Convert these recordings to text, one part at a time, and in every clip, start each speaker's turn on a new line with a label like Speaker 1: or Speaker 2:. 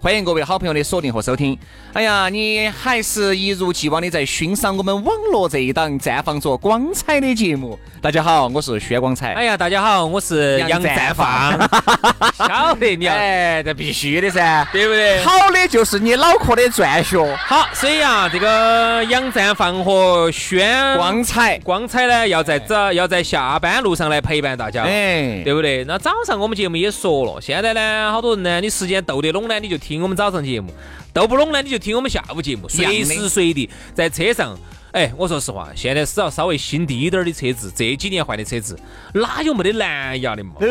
Speaker 1: 欢迎各位好朋友的锁定和收听。哎呀，你还是一如既往的在欣赏我们网络这一档绽放着光彩的节目。大家好，我是薛光彩。
Speaker 2: 哎呀，大家好，我是
Speaker 1: 杨
Speaker 2: 杨
Speaker 1: 绽
Speaker 2: 绽放， 晓得你要啊
Speaker 1: 哎，这必须的噻，
Speaker 2: 对不对？
Speaker 1: 好的就是你脑壳的转学，
Speaker 2: 好，所以啊，这个杨绽放和轩
Speaker 1: 光彩。
Speaker 2: 光彩呢，要在这要在下班路上来陪伴大家。
Speaker 1: 哎，
Speaker 2: 对不对？那早上我们节目也说了，现在呢，好多人呢，你时间斗得拢呢，你就听我们早上节目；斗不拢呢，你就听我们下午节目。
Speaker 1: 一样的
Speaker 2: 随时随地在车上，哎，我说实话，现在只要稍微新低一点儿的车子，这几年换的车子，哪有没得蓝牙的嘛？
Speaker 1: 哦，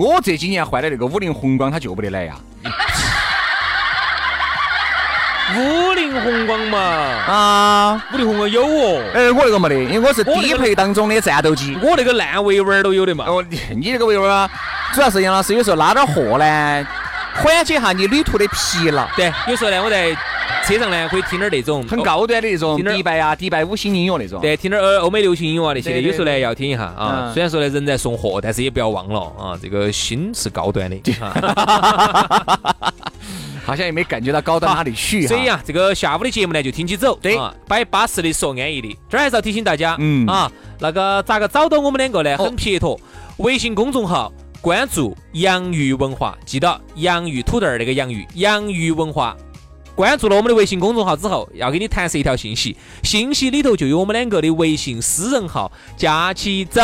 Speaker 1: 我这几年换的那个五菱宏光，它就不得来呀。
Speaker 2: 五菱宏光嘛，
Speaker 1: 啊，
Speaker 2: 五菱宏光有哦，
Speaker 1: 哎，我那个没得，因为我是
Speaker 2: 我那个
Speaker 1: 低配当中的战斗机。
Speaker 2: 我那个烂维稳儿都有的嘛。
Speaker 1: 哦，你你这个为什么？主要是杨老师有时候拉点货呢，缓解一下你旅途的疲劳。
Speaker 2: 对，有时候呢，我在车上呢可以听点儿那种
Speaker 1: 很，高端的那种
Speaker 2: 听点儿
Speaker 1: 迪拜啊、迪拜五星音乐那种。，
Speaker 2: 对，听点儿欧美流行音乐啊那些的，
Speaker 1: 对对
Speaker 2: 有时候呢要听一下啊
Speaker 1: 嗯。
Speaker 2: 虽然说呢人在送货，但是也不要忘了啊，这个心是高 端的。啊
Speaker 1: 好像也没感觉到高到哪里去
Speaker 2: 所以
Speaker 1: 哈。
Speaker 2: 啊，这个下午的节目呢就听起走，
Speaker 1: 对
Speaker 2: 啊，摆巴适的说安逸的。这儿还是要提醒大家，
Speaker 1: 嗯
Speaker 2: 啊，那个咋个找到我们两个呢？
Speaker 1: 哦
Speaker 2: 很撇脱，微信公众号。关注洋芋文化，记得洋芋土豆儿那个洋芋，洋芋文化关注了我们的微信公众号之后，要给你弹射一条信息，信息里头就有我们两个的微信私人号，加起走。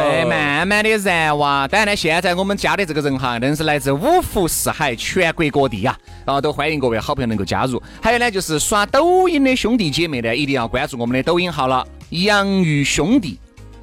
Speaker 1: 对，慢慢的燃哇！当然呢，现在我们家的这个人哈，真是来自五湖四海、全国各地呀、然后都欢迎各位好朋友能够加入。还有呢，就是刷抖音的兄弟姐妹呢，一定要关注我们的抖音号了，洋芋兄弟，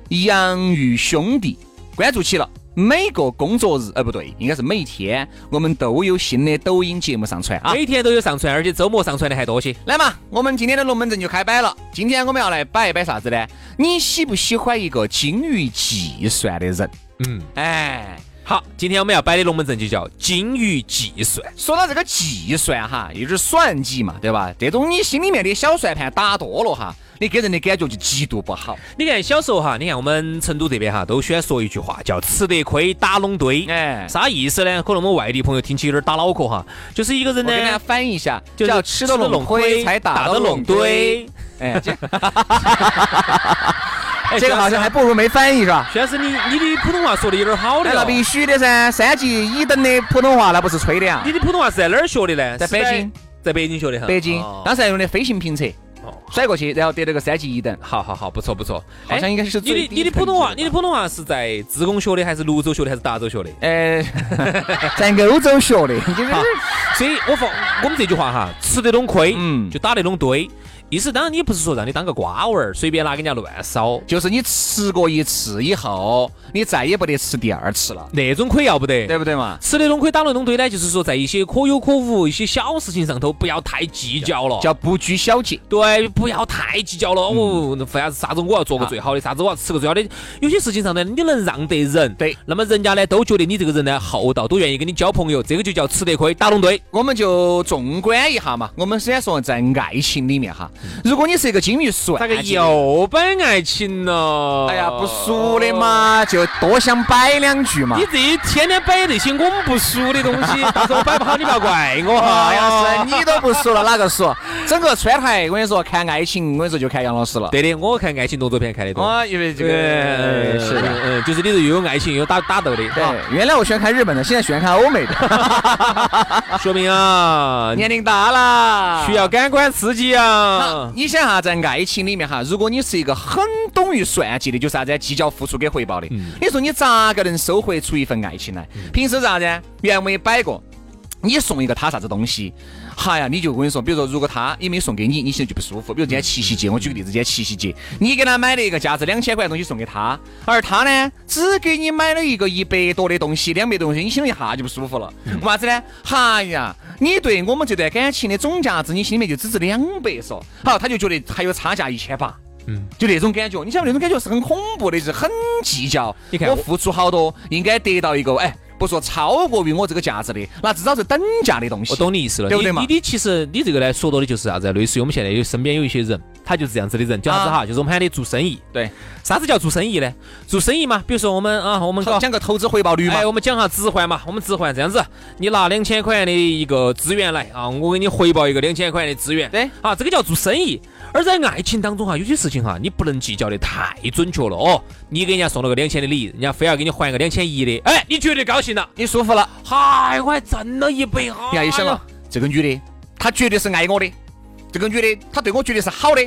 Speaker 1: 洋芋兄弟，关注起了。每个工作日，呃，不对，应该是每一天，我们都有新的抖音节目上传啊。
Speaker 2: 每天都有上传，而且周末上传的还多些。
Speaker 1: 来嘛，我们今天的龙门阵就开摆了。今天我们要来摆一摆啥子呢？你喜不喜欢一个精于计算的人？
Speaker 2: 嗯，
Speaker 1: 哎，
Speaker 2: 好，今天我们要摆的龙门阵就叫精于计算。
Speaker 1: 说到这个计算哈，有点算计嘛，对吧？这种你心里面的小算盘打多了哈，你给人的感觉就极度不好。
Speaker 2: 你看小时候哈，你看我们成都这边哈，都喜欢说一句话，叫“吃得亏，打拢堆”。
Speaker 1: 哎
Speaker 2: 啥意思呢？可能我们外地朋友听起有点打脑壳哈，就是一个人
Speaker 1: 我跟大家
Speaker 2: 呢，
Speaker 1: 翻译一下，
Speaker 2: 就是
Speaker 1: 叫吃了龙亏才打
Speaker 2: 得
Speaker 1: 了龙堆。。哎， 这
Speaker 2: 哎
Speaker 1: 这个好像还不如没翻译是吧？
Speaker 2: 徐老师，你你的普通话说的有点好的
Speaker 1: 哎，那
Speaker 2: 了。
Speaker 1: 必须的噻，三级一等的普通话那不是吹的啊
Speaker 2: 你，的普通话是在哪儿学的呢？
Speaker 1: 在
Speaker 2: 是
Speaker 1: 北京，
Speaker 2: 在北京学的哈。
Speaker 1: 北京
Speaker 2: 哦
Speaker 1: 当时还用的飞行评测
Speaker 2: 哦，
Speaker 1: 甩过去，然后得了个三级一等。
Speaker 2: 好好好，不错不错。
Speaker 1: 好
Speaker 2: 哎
Speaker 1: 像应该是最
Speaker 2: 你的
Speaker 1: 低
Speaker 2: 你的
Speaker 1: 层
Speaker 2: 普通
Speaker 1: 次
Speaker 2: 话，
Speaker 1: 的
Speaker 2: 你的普通话是在自贡学的，还是泸州学的，还是达州学的？
Speaker 1: 呃，在欧洲学的， 就是
Speaker 2: 好所以我放我们这句话哈，吃得拢亏，
Speaker 1: 嗯
Speaker 2: 就打得拢堆。意思当然你不是说让你当个瓜娃儿，随便拿给人家乱烧，
Speaker 1: 就是你吃过一次以后，你再也不得吃第二次了，
Speaker 2: 那种亏要不得。
Speaker 1: 对不对嘛？
Speaker 2: 吃得拢亏，打得拢堆呢，就是说在一些可有可无、一些小事情上头，不要太计较了。
Speaker 1: 叫不拘小节。
Speaker 2: 对，不要太计较了。哦，
Speaker 1: 嗯
Speaker 2: 那为啥子啥子我要做个最好的，啥子我要吃个最好的？有些事情上呢，你能让得人，
Speaker 1: 对
Speaker 2: 那么人家呢都觉得你这个人呢厚道，都愿意跟你交朋友，这个就叫吃得亏，打拢堆。
Speaker 1: 我们就纵观一下嘛，我们虽然说在爱情里面哈，如果你是一个精于算
Speaker 2: 咋
Speaker 1: 计
Speaker 2: 个
Speaker 1: 的人，
Speaker 2: 又摆爱情了？
Speaker 1: 哎呀，不熟的。嘛，就多想摆两句嘛
Speaker 2: 你。这一天天摆那些我们不熟的东 西，到时候摆不好你不要怪我哈。
Speaker 1: 哎呀，是你都不熟了，哪个熟？整个川台，我跟你说，看爱情，我跟你说就看杨老师了。
Speaker 2: 对的，我看爱情动作片看得多。
Speaker 1: 哦，因为这个
Speaker 2: 对，
Speaker 1: 是的。
Speaker 2: 嗯，就是里头又有爱情，又有打打斗的，啊
Speaker 1: 对，原来我喜欢看日本的，现在喜欢看欧美 的。
Speaker 2: 说明啊，
Speaker 1: 年龄大了，
Speaker 2: 需要感官刺激啊。
Speaker 1: 好，你想哈，在爱情里面哈，如果你是一个很懂于算计的，就是啥子计较付出跟回报的，你说你咋个能收获出一份爱情来？平时啥子？原没摆过，你送一个他啥子东西？嗨呀，你就我跟你说，比如说，如果他也没送给你，你心里就不舒服。比如今天七夕节，我举个例子，今天七夕节，你给他买了一个价值两千块的东西送给他，而他呢，只给你买了一个一百多的东西，两百多的东西，你心里一下就不舒服了。为啥子呢？嗨呀，你对我们这段感情的总价值，你心里面就只值两百说，好，他就觉得还有差价一千八。嗯，就那种感觉，你想那种感觉是很恐怖的，是很计较。
Speaker 2: 你看
Speaker 1: 我
Speaker 2: 我
Speaker 1: 付出好多，应该得到一个，哎，不说超过于我这个价值的，那至少是等价的东西。
Speaker 2: 我懂你意思了，
Speaker 1: 对不对
Speaker 2: 你
Speaker 1: 嘛
Speaker 2: 你你其实你这个呢，说到的就是啥子？啊类似于我们现在有身边有一些人，他就是这样子的人，叫啥子
Speaker 1: 啊
Speaker 2: 哈？就是我们喊的做生意。
Speaker 1: 对，
Speaker 2: 啥子叫做生意呢？做生意嘛，比如说我们啊，我们搞
Speaker 1: 投。讲个投资回报率嘛
Speaker 2: 哎，。我们讲下置换嘛，我们置换这样子，你拿两千块钱的一个资源来啊，我给你回报一个两千块钱的资源，
Speaker 1: 对
Speaker 2: 啊，这个叫做生意。而在爱情当中哈，有些事情哈，你不能计较的太准确了哦。你给人家送了个两千的礼，人家非要给你还个两千一的，哎，你绝对高兴了，
Speaker 1: 你舒服了，
Speaker 2: 嗨，我还挣了一百哎哈。
Speaker 1: 你看一想了，这个女的，她绝对是爱我的，这个女的，她对我绝对是好的。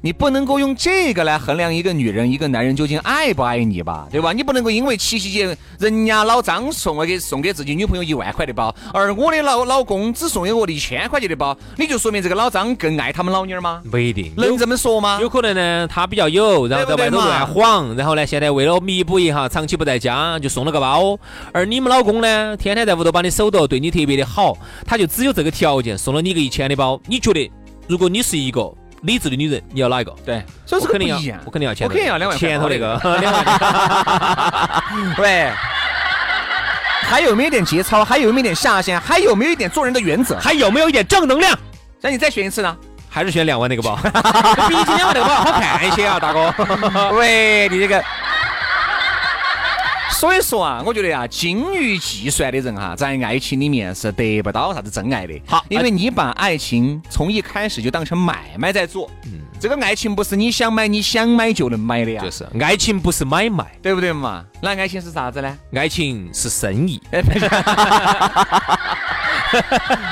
Speaker 1: 你不能够用这个来衡量一个女人、一个男人究竟爱不爱你吧，对吧？你不能够因为七夕节人家老张送我给送给自己女朋友一万块的包，而我的老老公只送给我一千块钱的包，你就说明这个老张更爱他们老娘儿吗？
Speaker 2: 不一定，
Speaker 1: 能这么说吗？
Speaker 2: 有可能呢，他比较有，然后在
Speaker 1: 对不对
Speaker 2: 外头
Speaker 1: 嘛
Speaker 2: 乱晃，然后呢，现在为了弥补一下长期不在家，就送了个包。而你们老公呢，天天在屋头把你守到，对你特别的好，他就只有这个条件，送了你个一千的包。你觉得，如果你是一个理智的女人，你要哪一个？
Speaker 1: 对，所以
Speaker 2: 我肯
Speaker 1: 这个不
Speaker 2: 定要
Speaker 1: 一样，。
Speaker 2: 我肯定要前头，
Speaker 1: 我肯定要两万块
Speaker 2: 前头那个两万块。
Speaker 1: 喂，还有没有点节操？还有没有点下限？还有没有一点做人的原则？
Speaker 2: 还有没有一点正能量？
Speaker 1: 让你再选一次呢？
Speaker 2: 还是选两万那个包，比你今天晚 那个包好看一些啊，大哥。
Speaker 1: 喂，你这个。所以说啊，我觉得啊，精于计算的人哈、在爱情里面是得不到啥子真爱的。
Speaker 2: 好
Speaker 1: 因为你把爱情从一开始就当成买卖在做，这个爱情不是你想买你想买就能买的呀，
Speaker 2: 嗯就是，爱情不是买卖，
Speaker 1: 对不对嘛？那爱情是啥子呢？
Speaker 2: 爱情是生意。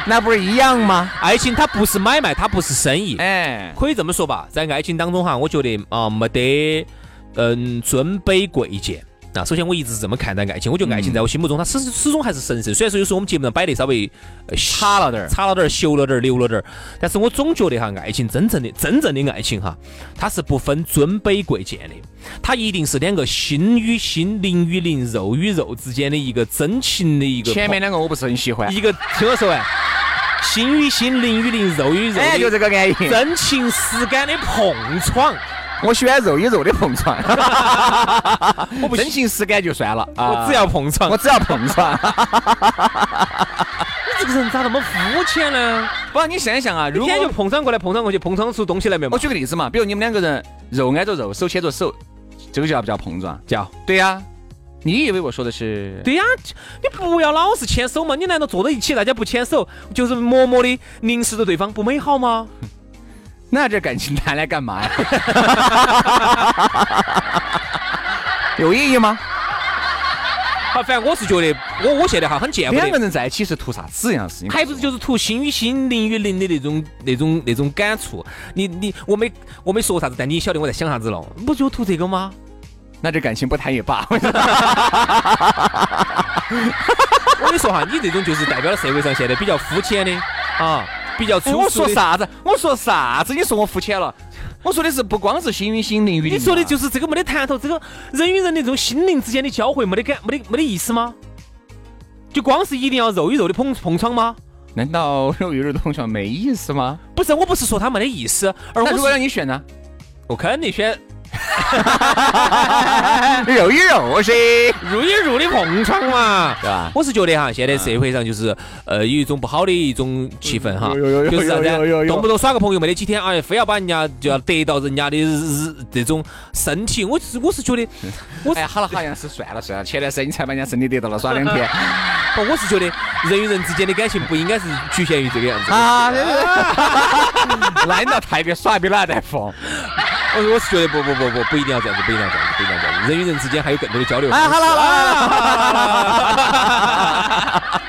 Speaker 1: 那不是一样吗？
Speaker 2: 爱情它不是买卖，它不是生意。
Speaker 1: 哎，
Speaker 2: 可以这么说吧，在爱情当中哈，我觉得啊、没得嗯尊卑贵贱。啊，首先我一直是这么看待爱情，我觉得爱情在我心
Speaker 1: 嗯
Speaker 2: 目中它始始终还是神圣。虽然说有时候我们节目上摆的稍微呃
Speaker 1: 差了点儿
Speaker 2: 差了点儿、修了点儿、流了点儿，但是我总觉得哈，爱情真正的真正的爱情哈，它是不分尊卑贵贱的，它一定是两个心与心、灵与灵、肉与肉之间的一个真情的一个
Speaker 1: 前面两个我不是很喜欢。
Speaker 2: 一个听我说完，心与心、灵与灵、肉与肉的，
Speaker 1: 哎，就这个安逸。
Speaker 2: 真情实感的碰撞，
Speaker 1: 我喜欢肉与肉的碰撞，
Speaker 2: 我 不
Speaker 1: 真情实感就算了啊，
Speaker 2: 我只要碰撞。
Speaker 1: 我只要碰 撞。
Speaker 2: 这个人咋那么肤浅呢？
Speaker 1: 不，你想一想啊，
Speaker 2: 一
Speaker 1: 如果
Speaker 2: 天就碰撞过来，碰撞过去，碰撞出东西来没嘛
Speaker 1: 我？举个例子嘛，比如你们两个人肉挨着肉，手牵着手，这个叫不叫碰撞？
Speaker 2: 叫
Speaker 1: 对呀、你以为我说的是？
Speaker 2: 对呀、你不要老是牵手嘛！你难道坐到一起，大家不牵手，就是默默的凝视着对方，不美好吗？
Speaker 1: 那这感情谈来干 嘛呀？有意义吗？
Speaker 2: 好，啊反正我是觉得，我我现在哈很见不
Speaker 1: 两个
Speaker 2: 得，
Speaker 1: 人在一起是图啥子样事情？
Speaker 2: 还不是就是图心与心、灵与灵的那种、那种、那种感触。你你我没我没说啥子，但你晓得我在想啥子了，不就图这个吗？
Speaker 1: 那这感情不谈也罢。
Speaker 2: 我跟你说哈，你这种就是代表了社会上现在比较肤浅的啊，比较粗
Speaker 1: 哎
Speaker 2: 俗、
Speaker 1: 我说？啥子？我说啥子？你说我肤浅了？我说的是不光是心与心，灵与灵嘛。
Speaker 2: 你说的就是这个没得谈头，这个人与人的这种心灵之间的交汇，没得感，没得没得意思吗？就光是一定要肉与肉的碰碰撞吗？
Speaker 1: 难道 肉与肉的碰撞没意思吗？
Speaker 2: 不是，我不是说他没得意思，而我
Speaker 1: 那如果
Speaker 2: 是
Speaker 1: 让你选呢？
Speaker 2: 我肯定选
Speaker 1: 肉与肉噻，
Speaker 2: 入与入的碰撞嘛，对
Speaker 1: 吧
Speaker 2: 我是觉得哈，现在社会上就是呃有一种不好的一种气氛哈，
Speaker 1: 有有有有
Speaker 2: 就是啥
Speaker 1: 有有有
Speaker 2: 子，啊
Speaker 1: 有
Speaker 2: 动不动耍个朋友没得几天，哎，非要把人家就要得到人家的日这种身体，我是我是觉得，我是
Speaker 1: 哎，好了，好像是算了算了，前段时间你才把人家身体得到了，耍两天
Speaker 2: 不，我是觉得人与人之间的感情不应该是局限于这个样子。
Speaker 1: 啊，那你到台边耍比哪带疯？
Speaker 2: 我哦我是觉得不不不不不一定要这样子，不一定要这样子，不一定要这样子。人与人之间
Speaker 1: 啊
Speaker 2: 还有更多的交流。
Speaker 1: 哎，好了好了好了
Speaker 2: 啊
Speaker 1: 好了，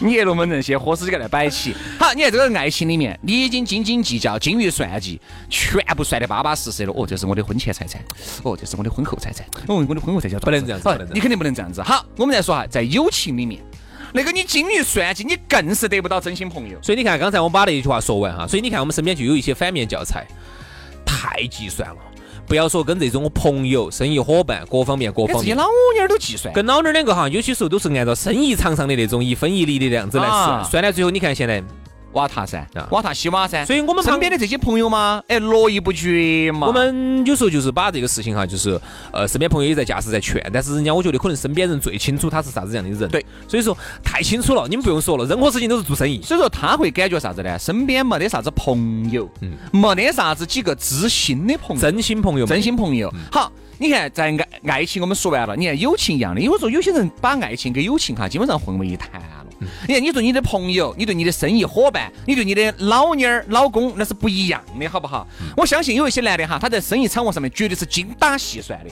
Speaker 1: 你看龙门阵先火死几个来摆起。好，你看这个爱情里面，你已经斤斤计较、精于算计，全部算得巴巴适适的。哦，这是我的婚前财产，哦，这是我的婚后财产，哦，我的婚后财产
Speaker 2: 不能这样子
Speaker 1: 哦
Speaker 2: 不能这样子
Speaker 1: 你肯定不能这样子。好，我们再说哈，在友情里面，那个你精于算计，你更是得不到真心朋友。
Speaker 2: 所以你看，刚才我们把那一句话说完哈，所以你看我们身边就有一些反面教材，太计算了。不要说跟这种朋友、生意伙伴各方面各
Speaker 1: 跟
Speaker 2: 方
Speaker 1: 自己
Speaker 2: 面，
Speaker 1: 哎老娘儿都计算。
Speaker 2: 跟老娘两个哈，有些时候都是按照生意场上的那种一分一厘的这样子来
Speaker 1: 啊
Speaker 2: 算，算到最后你看现在，
Speaker 1: 瓦塔噻
Speaker 2: 啊，
Speaker 1: 瓦塔西瓦噻。
Speaker 2: 所以我们
Speaker 1: 身
Speaker 2: 旁
Speaker 1: 边的这些朋友嘛，哎，络绎不绝嘛。
Speaker 2: 我们有时候就是把这个事情哈，就是呃，身边朋友也在驾驶在劝，但是人家我觉得可能身边人最清楚他是啥子样的人。
Speaker 1: 对，
Speaker 2: 所以说太清楚了，你们不用说了，任何事情都是做生意。
Speaker 1: 所以说他会感觉啥子呢？身边没得啥子朋友，
Speaker 2: 嗯
Speaker 1: 没得啥子几个知心的朋友，
Speaker 2: 真心嗯朋友，
Speaker 1: 真心朋友。好，你看在爱爱情我们说完了，你看友情一样的，有时候有些人把爱情跟友情哈基本上混为一谈了。
Speaker 2: 嗯
Speaker 1: 你看你对你的朋友，你对你的生意伙伴，你对你的老妞儿、老公，那是不一样的，好不好？
Speaker 2: 嗯
Speaker 1: 我相信有一些男的哈，他在生意场合上面绝对是精打细算的。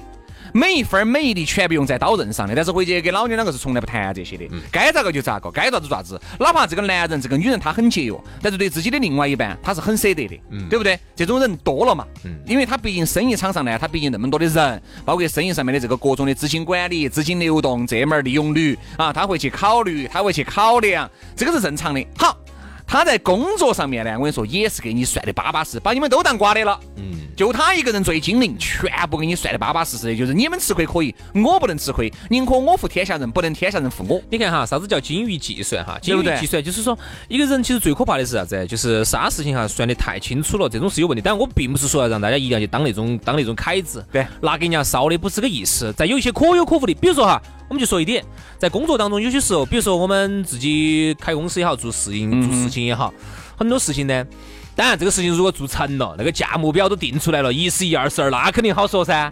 Speaker 1: 每一分儿每一厘全部用在刀刃上的，但是回去跟老妞两个是从来不谈这些的，该咋个就咋个，该咋子咋子。哪怕这个男人、这个女人他很节约，但是对自己的另外一半他是很舍得的，对不对？这种人多了嘛，因为他毕竟生意场上呢，他毕竟那么多的人，包括生意上面的这个各种的资金管理、资金流动这门儿利用率啊，他会去考虑，他会去考量，这个是正常的。好。他在工作上面呢，我跟你说，也是给你算的巴巴适，把你们都当瓜的了。嗯，就他一个人最精明，全部给你算的巴巴适适的。就是你们吃亏可以，我不能吃亏，宁可我负天下人，不能天下人负我。
Speaker 2: 你看哈，啥子叫精于计算哈？精
Speaker 1: 对不对
Speaker 2: 于计算就是说，一个人其实最可怕的是啥子？就是啥事情哈算得太清楚了，这种是有问题。但我并不是说要让大家一定要去当那种当那种凯子，
Speaker 1: 对
Speaker 2: 拿给人家烧的，不是这个意思。在有一些可有可无的，比如说哈，我们就说一点，在工作当中，有些时候，比如说我们自己开公司也好，做事
Speaker 1: 嗯
Speaker 2: 情做事情也好，很多事情呢。当然，这个事情如果做成了，那个价目表都定出来了，一十一二十二，那肯定好说噻。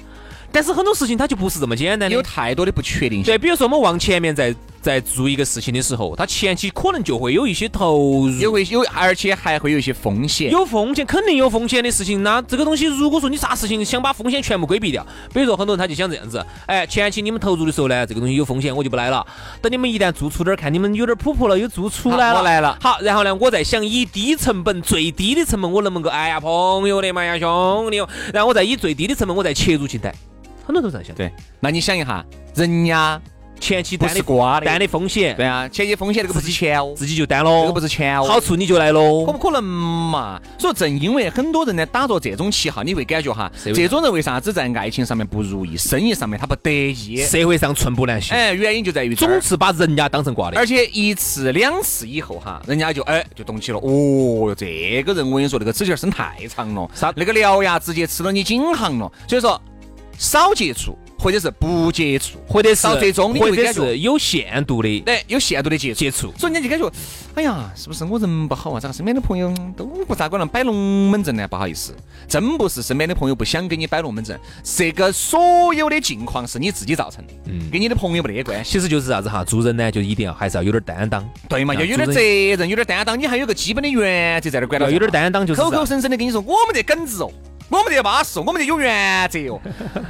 Speaker 2: 但是很多事情它就不是这么简单的，
Speaker 1: 有太多的不确定性。
Speaker 2: 对，比如说我们往前面在在做一个事情的时候，它前期可能就会有一些投入，
Speaker 1: 有会有，而且还会有一些风险。
Speaker 2: 有风险，肯定有风险的事情。那这个东西，如果说你啥事情想把风险全部规避掉，比如说很多人他就想这样子，哎，前期你们投入的时候呢，这个东西有风险，我就不来了。等你们一旦做出点儿，看你们有点儿普普了，有做出来
Speaker 1: 好
Speaker 2: 了，
Speaker 1: 我来了。
Speaker 2: 好，然后呢，我再想以低成本、最低的成本，我能不能够，哎呀，朋友的嘛呀，兄弟哦，然后我再以最低的成本，我再切入进来。很多人都这样想，
Speaker 1: 对，那你想一下，人家
Speaker 2: 前期
Speaker 1: 不
Speaker 2: 担
Speaker 1: 是
Speaker 2: 的
Speaker 1: 瓜的
Speaker 2: 担，的风险，
Speaker 1: 对啊，前期风险这个不是钱哦，
Speaker 2: 自己就担
Speaker 1: 这
Speaker 2: 喽。
Speaker 1: 个不是钱哦，
Speaker 2: 好处你就来
Speaker 1: 可不
Speaker 2: 喽。
Speaker 1: 可能嘛？所以正因为很多人呢打着这种旗号，你会感觉哈，
Speaker 2: 社会上
Speaker 1: 这种人为啥子在爱情上面不如意，生意上面他不得意？
Speaker 2: 社会上寸步难行，
Speaker 1: 哎，原因就在于这
Speaker 2: 总
Speaker 1: 儿。
Speaker 2: 是把人家当成挂的。
Speaker 1: 而且一次两次以后哈，人家就哎就动起了。哦，这个人我跟你说，那个指甲伸太长了，
Speaker 2: 啥
Speaker 1: 那个獠牙直接吃到你颈项了。所以说，少接触或者是不接触，
Speaker 2: 或者
Speaker 1: 到最终你
Speaker 2: 或
Speaker 1: 会
Speaker 2: 者
Speaker 1: 感觉
Speaker 2: 是有限度的
Speaker 1: 哎有限度的接触。
Speaker 2: 接触。
Speaker 1: 所以人家就感觉，哎呀，是不是我人不好啊？咋个身边的朋友都不咋个能摆龙门阵呢？不好意思，真不是身边的朋友不想跟你摆龙门阵，这个所有的境况是你自己造成的，
Speaker 2: 嗯
Speaker 1: 跟你的朋友没得关系，
Speaker 2: 其实就是啥子哈，做人呢就一定要还是要有点担当，
Speaker 1: 对嘛？
Speaker 2: 啊
Speaker 1: 要有点
Speaker 2: 做
Speaker 1: 责任，有点担当，你还有个基本的原则在那儿管到
Speaker 2: 要有点担当就是
Speaker 1: 口口
Speaker 2: 啥。
Speaker 1: 声声的跟你说，我们这耿直哦。我们这巴适，我们这有原 则哟。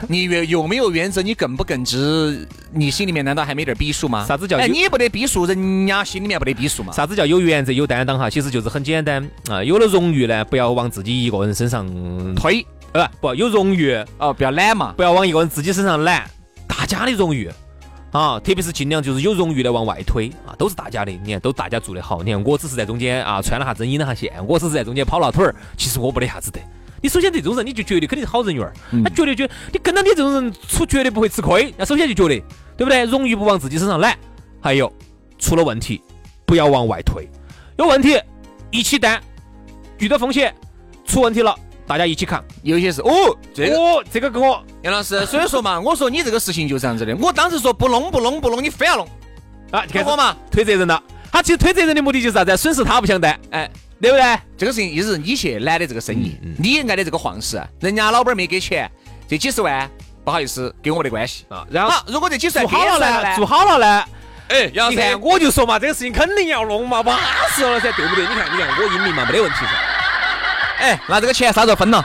Speaker 1: 你原有没有原则？你耿不耿直？你心里面难道还没点逼数吗？
Speaker 2: 啥子叫
Speaker 1: 哎，
Speaker 2: 有
Speaker 1: 你也不得逼数，人家心里面不得逼数嘛。
Speaker 2: 啥子叫有原则、有担当哈？其实就是很简单啊、有了荣誉呢，不要往自己一个人身上，
Speaker 1: 推
Speaker 2: 呃，不，有荣誉
Speaker 1: 哦，不要懒嘛。
Speaker 2: 不要往一个人自己身上揽，大家的荣誉啊，特别是尽量就是有荣誉的往外推啊，都是大家的，你看都大家做得好，你看我只是在中间啊穿了下针引了下线，我只是在中间跑了腿儿，其实我没得啥子的。你首先这种人，你就觉得肯定是好人缘儿，
Speaker 1: 嗯
Speaker 2: 他绝对觉得你跟到你这种人处绝对不会吃亏，那首先就觉得对不对？荣誉不往自己身上揽，还有出了问题不要往外推，有问题一起担，遇到风险出问题了大家一起扛。
Speaker 1: 有些是哦，这个
Speaker 2: 我这个跟我
Speaker 1: 杨老师，所以说嘛，我说你这个事情就这样子的，我当时说不弄不弄不弄，你非要弄，
Speaker 2: 啊，就开
Speaker 1: 懂
Speaker 2: 始
Speaker 1: 我嘛？
Speaker 2: 推责任了。他其实推责任的目的就是啥子？损失他不想担，
Speaker 1: 哎，
Speaker 2: 对不对？
Speaker 1: 这个事情意思是你去揽的这个生意，你也挨的这个晃事，啊人家老板没给钱，这几十万不好意思，跟我没得关系。
Speaker 2: 啊，然后
Speaker 1: 好，如果这几十
Speaker 2: 做
Speaker 1: 万
Speaker 2: 好了
Speaker 1: 憋出来
Speaker 2: 呢，做好了呢。
Speaker 1: 哎，杨
Speaker 2: 你
Speaker 1: 老师
Speaker 2: 看，，我就说嘛，这个事情肯定要弄嘛，巴适了噻，对不对？你看，你看，我英明嘛，没得问题噻。
Speaker 1: 哎，那这个钱啥时候分了？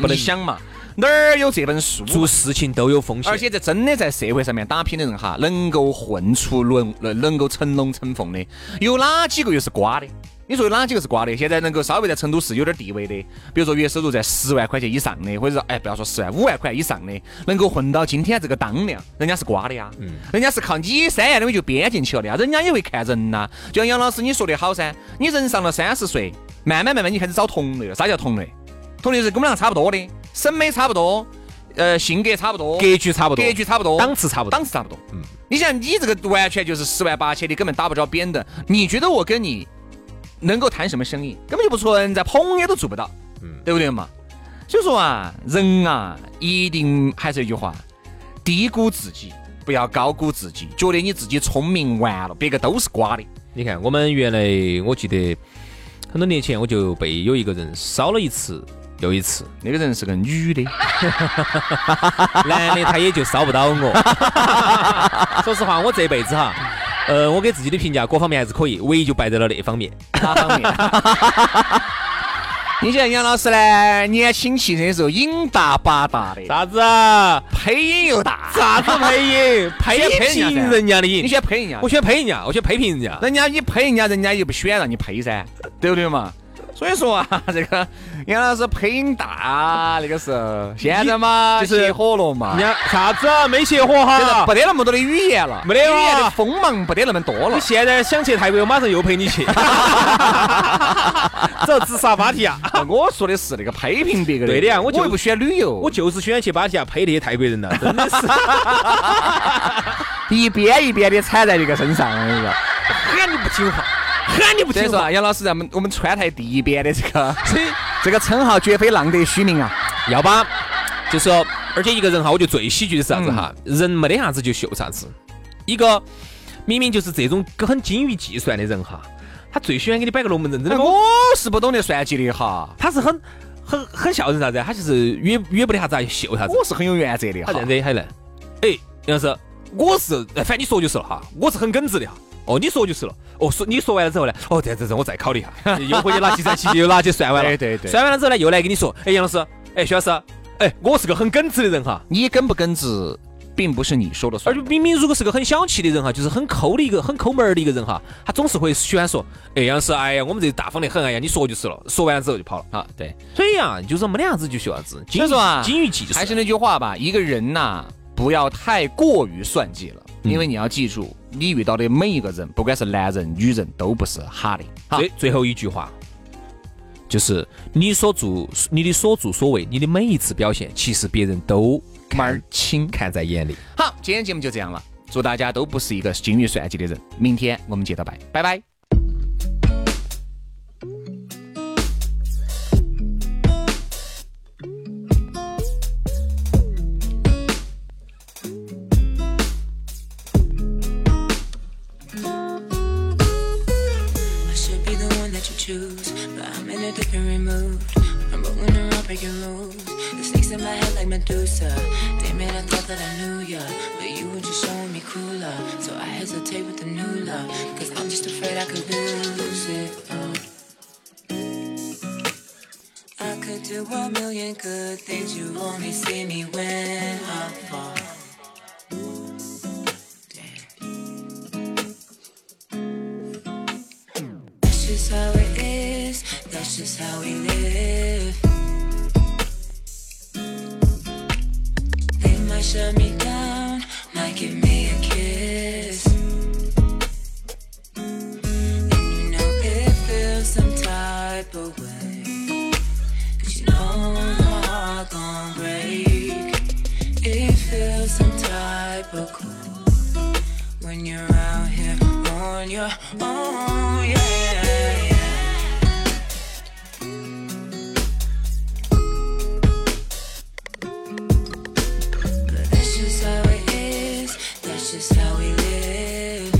Speaker 2: 不能
Speaker 1: 你想嘛，哪儿有这本书？
Speaker 2: 做事情都有风险，
Speaker 1: 而且这真的在社会上面打拼的人哈，能够混出龙，能能够成龙成凤的，有哪几个又是瓜的？你说有哪几个是瓜的？现在能够稍微在成都市有点地位的，比如说月收入在十万块钱以上的，或者是哎不要说十万，五万块以上的，能够混到今天这个当量，人家是瓜的呀。人家是靠你三样东西就编进去了的呀，人家也会看人呐、就像杨老师你说的好噻，你人上了三十岁，慢慢慢慢你开始找同类了。啥叫同类？同类是跟我们俩差不多的，审美差不多，呃，性格差不多，
Speaker 2: 格局差不多，
Speaker 1: 格局差不多，
Speaker 2: 档次差不多
Speaker 1: 档次差不多。嗯，你想你这个完全就是十万八千的，根本打不着边的。你觉得我跟你能够谈什么生意？根本就不存在，朋友都做不到，嗯，对不对嘛？所以说啊，人啊，一定还是一句话，低估自己，不要高估自己，觉得你自己聪明完了，别个都是瓜的。
Speaker 2: 你看，我们原来我记得很多年前我就被有一个人烧了一次又一 次，
Speaker 1: 那个人是个女 的，
Speaker 2: 男的他也就烧不到我。说实话，我 这辈子哈，呃，我给自己的评价各方面还是可以，唯一就败在了那方面。
Speaker 1: 哪方面？你像杨老师呢，年轻气盛的时候瘾大把大的，
Speaker 2: 啥子啊？
Speaker 1: 配音又大，
Speaker 2: 啥子配音？配评人家的
Speaker 1: 你
Speaker 2: 瘾。
Speaker 1: 喜欢配人家
Speaker 2: 我，喜欢配人家，我喜欢批评人家。
Speaker 1: 人家你配人家，人家又不喜欢让你配噻，对不对嘛？所以说啊， 这个杨老师配音大，那个时候，现在嘛，
Speaker 2: 就是
Speaker 1: 熄火了嘛
Speaker 2: 人，家啥子啊没写火
Speaker 1: 现在
Speaker 2: 哈？
Speaker 1: 不得那么多的语言了，
Speaker 2: 没得了
Speaker 1: 语言的锋芒不得那么多了
Speaker 2: 你。现在想去泰国，马上又陪你 去。走，自杀芭提雅。
Speaker 1: 啊我说的是那个批评别个的，
Speaker 2: 对的呀我就
Speaker 1: 又不喜欢旅游，
Speaker 2: 我就是喜欢去芭提雅陪那些泰国人呐，真 的是。
Speaker 1: 一遍一遍的踩在这个身上，我跟你说。
Speaker 2: 喊你不听话，喊你不
Speaker 1: 所以
Speaker 2: 听
Speaker 1: 说
Speaker 2: 话，
Speaker 1: 啊，杨老师，咱们我们川台第一边的这个
Speaker 2: 所以
Speaker 1: 这个称号绝非浪得虚名啊！
Speaker 2: 要把，就是说，而且一个人哈，我觉得最喜剧的是啥子哈？人没得啥子就秀啥子，一个明明就是这种很精于计算的人哈，他最喜欢给你摆个龙门阵，真的
Speaker 1: 我是不懂得算计的哈，
Speaker 2: 他是很很很笑人啥子啊，他就是约约不得啥子啊，秀啥子，
Speaker 1: 我是很有原则的
Speaker 2: 他
Speaker 1: 哈
Speaker 2: 这。样子还来，哎，杨老师，我是哎反正你说就是了哈，我是很耿直的哈。哦，你说就是了。哦，说你说完了之后呢，哦，这样这样这样，我再考虑一下， 又回去拿计算器，又拿去 算完了
Speaker 1: 对。对对，
Speaker 2: 算完了之后呢，又来跟你说，哎，杨老师，哎，徐老师，哎，我是个很耿直的人哈，
Speaker 1: 你耿不耿直，并不是你说了
Speaker 2: 而
Speaker 1: 算
Speaker 2: 且。明明如果是个很小气的人哈，就是很抠的一个很抠门儿的一个人哈，他总是会喜欢说，哎，杨老师，哎呀，我们这大方的很，哎呀，你说就是了，说完了之后就跑了啊，对，所以啊，就是没得啥子就学啥子，精
Speaker 1: 所以说啊
Speaker 2: 精于技术，
Speaker 1: 还是那句话吧，一个人呐、不要太过于算计了，因为你要记住，你遇到的每一个人，不管是男人、女人，都不是哈的。哈
Speaker 2: 最最后一句话。就是你所做、你的所作所为、你的每一次表现，其实别人都
Speaker 1: 门儿清。
Speaker 2: 看在眼里。
Speaker 1: 好，今天节目就这样了，祝大家都不是一个精于算计的人。明天我们接着拜，拜拜。
Speaker 3: I should be the one that you choose, but I'm in a different mood. I'm rolling around breaking rules. The snakes in my head like Medusa. Damn it, I thought that I knew ya, but you were just showing me cooler. So I hesitate with the new love, cause I'm just afraid I could lose it. all. I could do a million good things, you only see me when I fall. Damn. That's just how it is. That's just how we live. They might shut me down, might give me a kiss. And you know it feels some type of way. Cause you know my heart gon' break. It feels some type of cool when you're out here on your own, yeah. yeah. But that's just how it is. That's just how we live.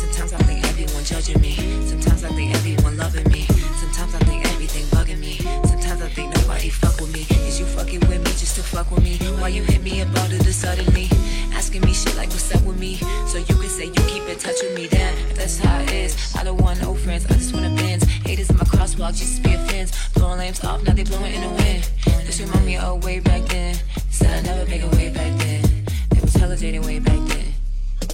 Speaker 3: Sometimes I think everyone judging me. Sometimes I think everyone loving me. Sometimes I think everything bugging me. Sometimes I think nobody fuck with me. Is you fucking with me just to fuck with me? Why you hit me about it suddenly? Asking me shit like what's up with me? So you can say you keep in touch with me then. If that's how it is, I don't want no friends. I just want to bands. Haters in my crosswalk. block used to be a fence. Blowing lamps off, now they blowing in the wind. This remind me of way back then. Said I never make a way back then. It was hella dating way back then.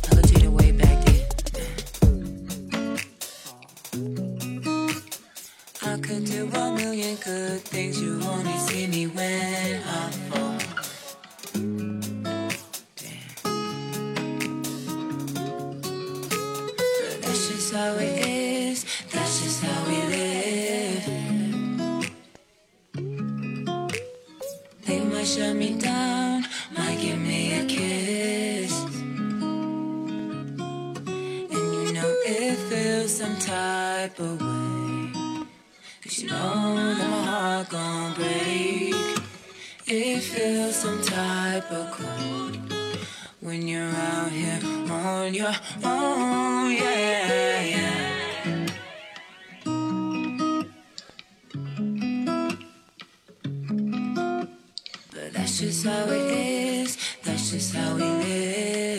Speaker 3: Hella dating way back then. I could do a million good things. You only see me when I'm on. But That's just how it is. That's just how we live. They might shut me down, might give me a kiss. And you know it feels some type of way. Cause you know that my heart gon' break. It feels some type of cold when you're out here on your own. Yeah, yeah. But that's just how it is. That's just how we live.